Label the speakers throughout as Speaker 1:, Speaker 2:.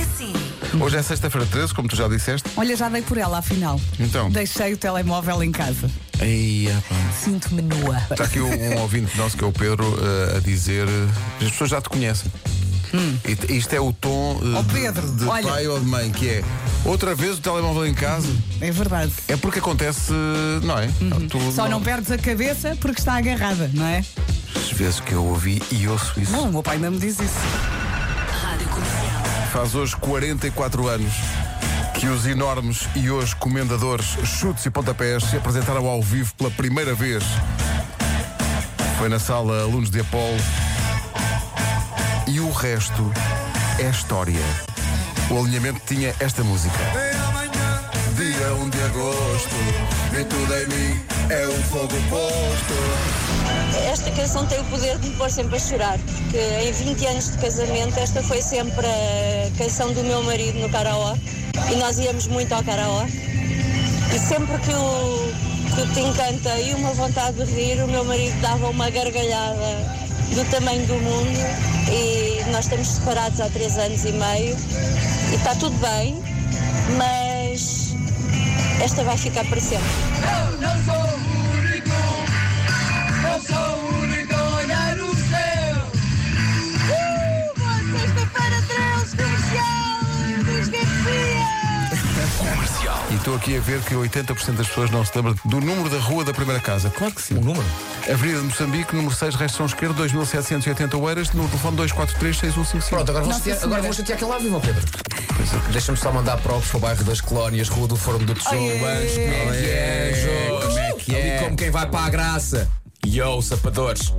Speaker 1: assim.
Speaker 2: Hoje é sexta-feira 13, como tu já disseste.
Speaker 3: Olha, já dei por ela, afinal.
Speaker 2: Então.
Speaker 3: Deixei o telemóvel em casa.
Speaker 2: Aí,
Speaker 3: Sinto-me nua.
Speaker 2: Está aqui um, um ouvinte nosso, que é o Pedro, eh, a dizer. eh, as pessoas já te conhecem. E- isto é o tom eh,
Speaker 3: Ó,
Speaker 2: de-
Speaker 3: Hum. Oh, Pedro,
Speaker 2: de,
Speaker 3: olha.
Speaker 2: pai ou de mãe, que é outra vez o telemóvel em casa.
Speaker 3: É verdade.
Speaker 2: É porque acontece, eh, não é? Tu
Speaker 3: Uhum. Só não perdes a cabeça porque está agarrada, não é?
Speaker 2: As vezes que eu ouvi e ouço isso.
Speaker 3: Não, o meu pai ainda me diz isso.
Speaker 2: Faz hoje 44 anos que os enormes e hoje comendadores chutes e pontapés se apresentaram ao vivo pela primeira vez. Foi na sala Alunos de Apolo. E o resto é história. O alinhamento tinha esta música. Dia 1 de agosto, e tudo em mim é um fogo posto.
Speaker 4: Esta canção tem o poder de me pôr sempre a chorar, porque em 20 anos de casamento esta foi sempre a canção do meu marido no karaoke e nós íamos muito ao karaoke. E sempre que o, que o te encanta e uma vontade de rir, o meu marido dava uma gargalhada do tamanho do mundo e nós estamos separados há 3 anos e meio e está tudo bem, mas esta vai ficar para sempre.
Speaker 5: Eu não sou o único, não sou o único a olhar o céu.
Speaker 4: Uh, boa sexta-feira, Três Comercial dos Garcia!
Speaker 2: E estou aqui a ver que 80% das pessoas não se lembram do número da rua da primeira casa. Claro que sim.
Speaker 6: O número?
Speaker 2: Avenida de Moçambique, número 6, Resto Esquerdo, 2780 Oeiras, no telefone 243-6155.
Speaker 6: Pronto, agora vou,
Speaker 3: Nossa
Speaker 6: chatear, agora
Speaker 3: Senhora.
Speaker 6: vou chatear quem lá vive, ó Pedro. Deixa-me só mandar props para o bairro das Colónias, Rua do Forno do Tesouro.
Speaker 3: Ai, ai,
Speaker 6: Anjo, como é que é, Jô? Como é que é? Ali como quem vai para a graça. Yo, sapadores.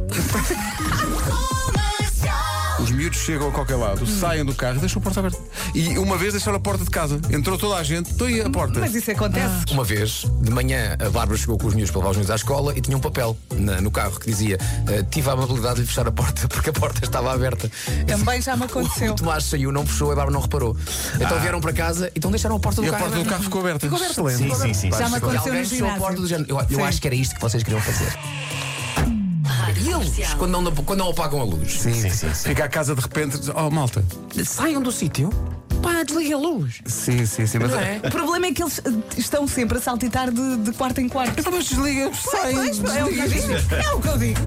Speaker 2: Os miúdos chegam a qualquer lado, saem do carro e deixam a porta aberta. E uma vez deixaram a porta de casa. Entrou toda a gente, estou aí a porta.
Speaker 3: Mas isso acontece.
Speaker 6: Uma vez, de manhã, a Bárbara chegou com os miúdos para levar os miúdos à escola e tinha um papel na- no carro que dizia eh, tive a amabilidade de lhe fechar a porta porque a porta estava aberta.
Speaker 3: Também já me aconteceu.
Speaker 6: O Tomás saiu, não fechou, a Bárbara não reparou. Então vieram para casa, então deixaram a porta do
Speaker 2: E a
Speaker 6: carro
Speaker 2: porta do
Speaker 6: aberta.
Speaker 2: carro ficou aberta.
Speaker 3: Ficou aberta.
Speaker 2: Excelente.
Speaker 3: Ficou aberta.
Speaker 7: sim,
Speaker 3: Já me
Speaker 6: E
Speaker 3: aconteceu no
Speaker 6: alguém fechou a porta do
Speaker 3: ginásio.
Speaker 6: género. Eu, eu
Speaker 3: Sim.
Speaker 6: acho que era isto que vocês queriam fazer. E Ah, eles, quando não, quando não apagam a luz,
Speaker 7: Sim, sim, sim.
Speaker 2: Fica à casa de repente, diz, oh malta.
Speaker 6: saiam do sítio, pá, desliguem a luz.
Speaker 2: Sim, sim, sim. Mas,
Speaker 6: Não é?
Speaker 3: O problema é que eles eh, estão sempre a saltitar de, de quarto em quarto.
Speaker 2: Então, mas desliga, sai.
Speaker 3: Pois, pois, é o que eu digo. É o que eu digo.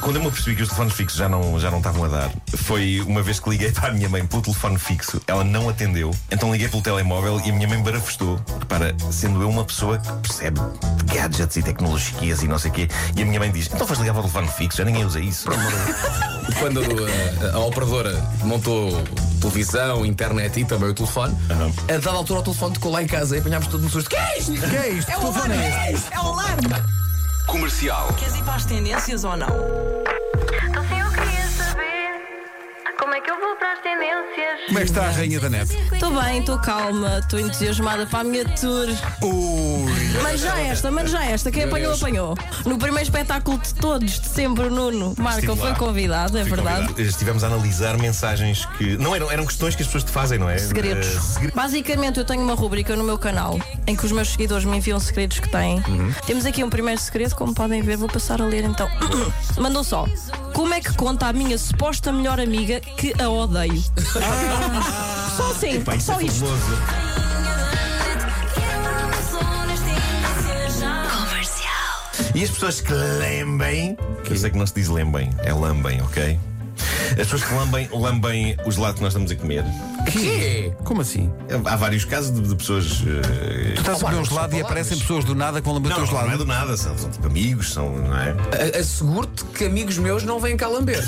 Speaker 7: Quando eu me apercebi que os telefones fixos já não, já não estavam a dar, foi uma vez que liguei para a minha mãe pelo telefone fixo, ela não atendeu, então liguei pelo telemóvel e a minha mãe barafustou. Repara, sendo eu uma pessoa que percebe de gadgets e tecnologias e não sei o quê, e a minha mãe diz: então vais ligar para o telefone fixo, já ninguém usa isso.
Speaker 8: É
Speaker 6: Quando uh, a, a operadora montou televisão, internet e também o telefone,
Speaker 8: É
Speaker 6: a dada altura o telefone tocou lá em casa e apanhámos todo no susto. Que é isto?
Speaker 2: Que é isto?
Speaker 3: É o alarme. É o alarme.
Speaker 1: Queres ir para as tendências ou não?
Speaker 9: Assim eu queria saber como é que eu vou para as tendências.
Speaker 2: Como é que está a rainha da net?
Speaker 8: Estou bem, estou calma, estou entusiasmada para a minha tour.
Speaker 2: Ui.
Speaker 8: Mas já esta, mas já esta, quem apanhou, apanhou. No primeiro espetáculo de todos, de sempre, o Nuno Marco
Speaker 7: Estive lá.
Speaker 8: foi convidado, é
Speaker 7: Fui
Speaker 8: verdade.
Speaker 7: convidado. Estivemos a analisar mensagens que. Não eram, eram questões que as pessoas te fazem, não é?
Speaker 8: Segredos.
Speaker 7: Eh, segre-
Speaker 8: Basicamente, eu tenho uma rubrica no meu canal em que os meus seguidores me enviam segredos que têm.
Speaker 7: Uhum.
Speaker 8: Temos aqui um primeiro segredo, como podem ver, vou passar a ler então. Mandou só. Como é que conta a minha suposta melhor amiga que a odeio? só assim,
Speaker 7: Pá, Ah. isso
Speaker 8: só
Speaker 7: é
Speaker 8: isto.
Speaker 7: fabuloso. E as pessoas que lambem. Que eu sei que não se diz lambem, é lambem, ok? As pessoas que lambem, lambem o gelado que nós estamos a comer.
Speaker 6: Que? é?
Speaker 2: Como assim?
Speaker 7: Há vários casos de, de pessoas. eh,
Speaker 2: Tu estás a comer um gelado e aparecem pessoas do nada com lambeu o
Speaker 7: não,
Speaker 2: teu
Speaker 7: não é
Speaker 2: gelado.
Speaker 7: do nada, são, são tipo amigos, são. Não é?
Speaker 6: A- Asseguro-te que amigos meus não vêm cá lamber.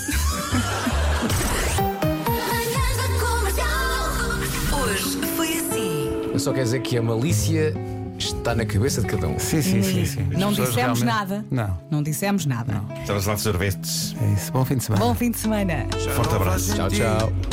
Speaker 1: Hoje foi assim.
Speaker 6: Eu só quero dizer que a malícia está na cabeça de cada um.
Speaker 2: Sim, sim, sim. sim. As
Speaker 3: Não
Speaker 2: pessoas
Speaker 3: dissemos
Speaker 2: realmente-
Speaker 3: nada.
Speaker 2: Não.
Speaker 3: Não dissemos nada.
Speaker 7: Estavas lá de sorvetes.
Speaker 2: É isso. Bom fim de semana.
Speaker 3: Bom fim de semana.
Speaker 7: Forte abraço.
Speaker 6: Tchau, tchau.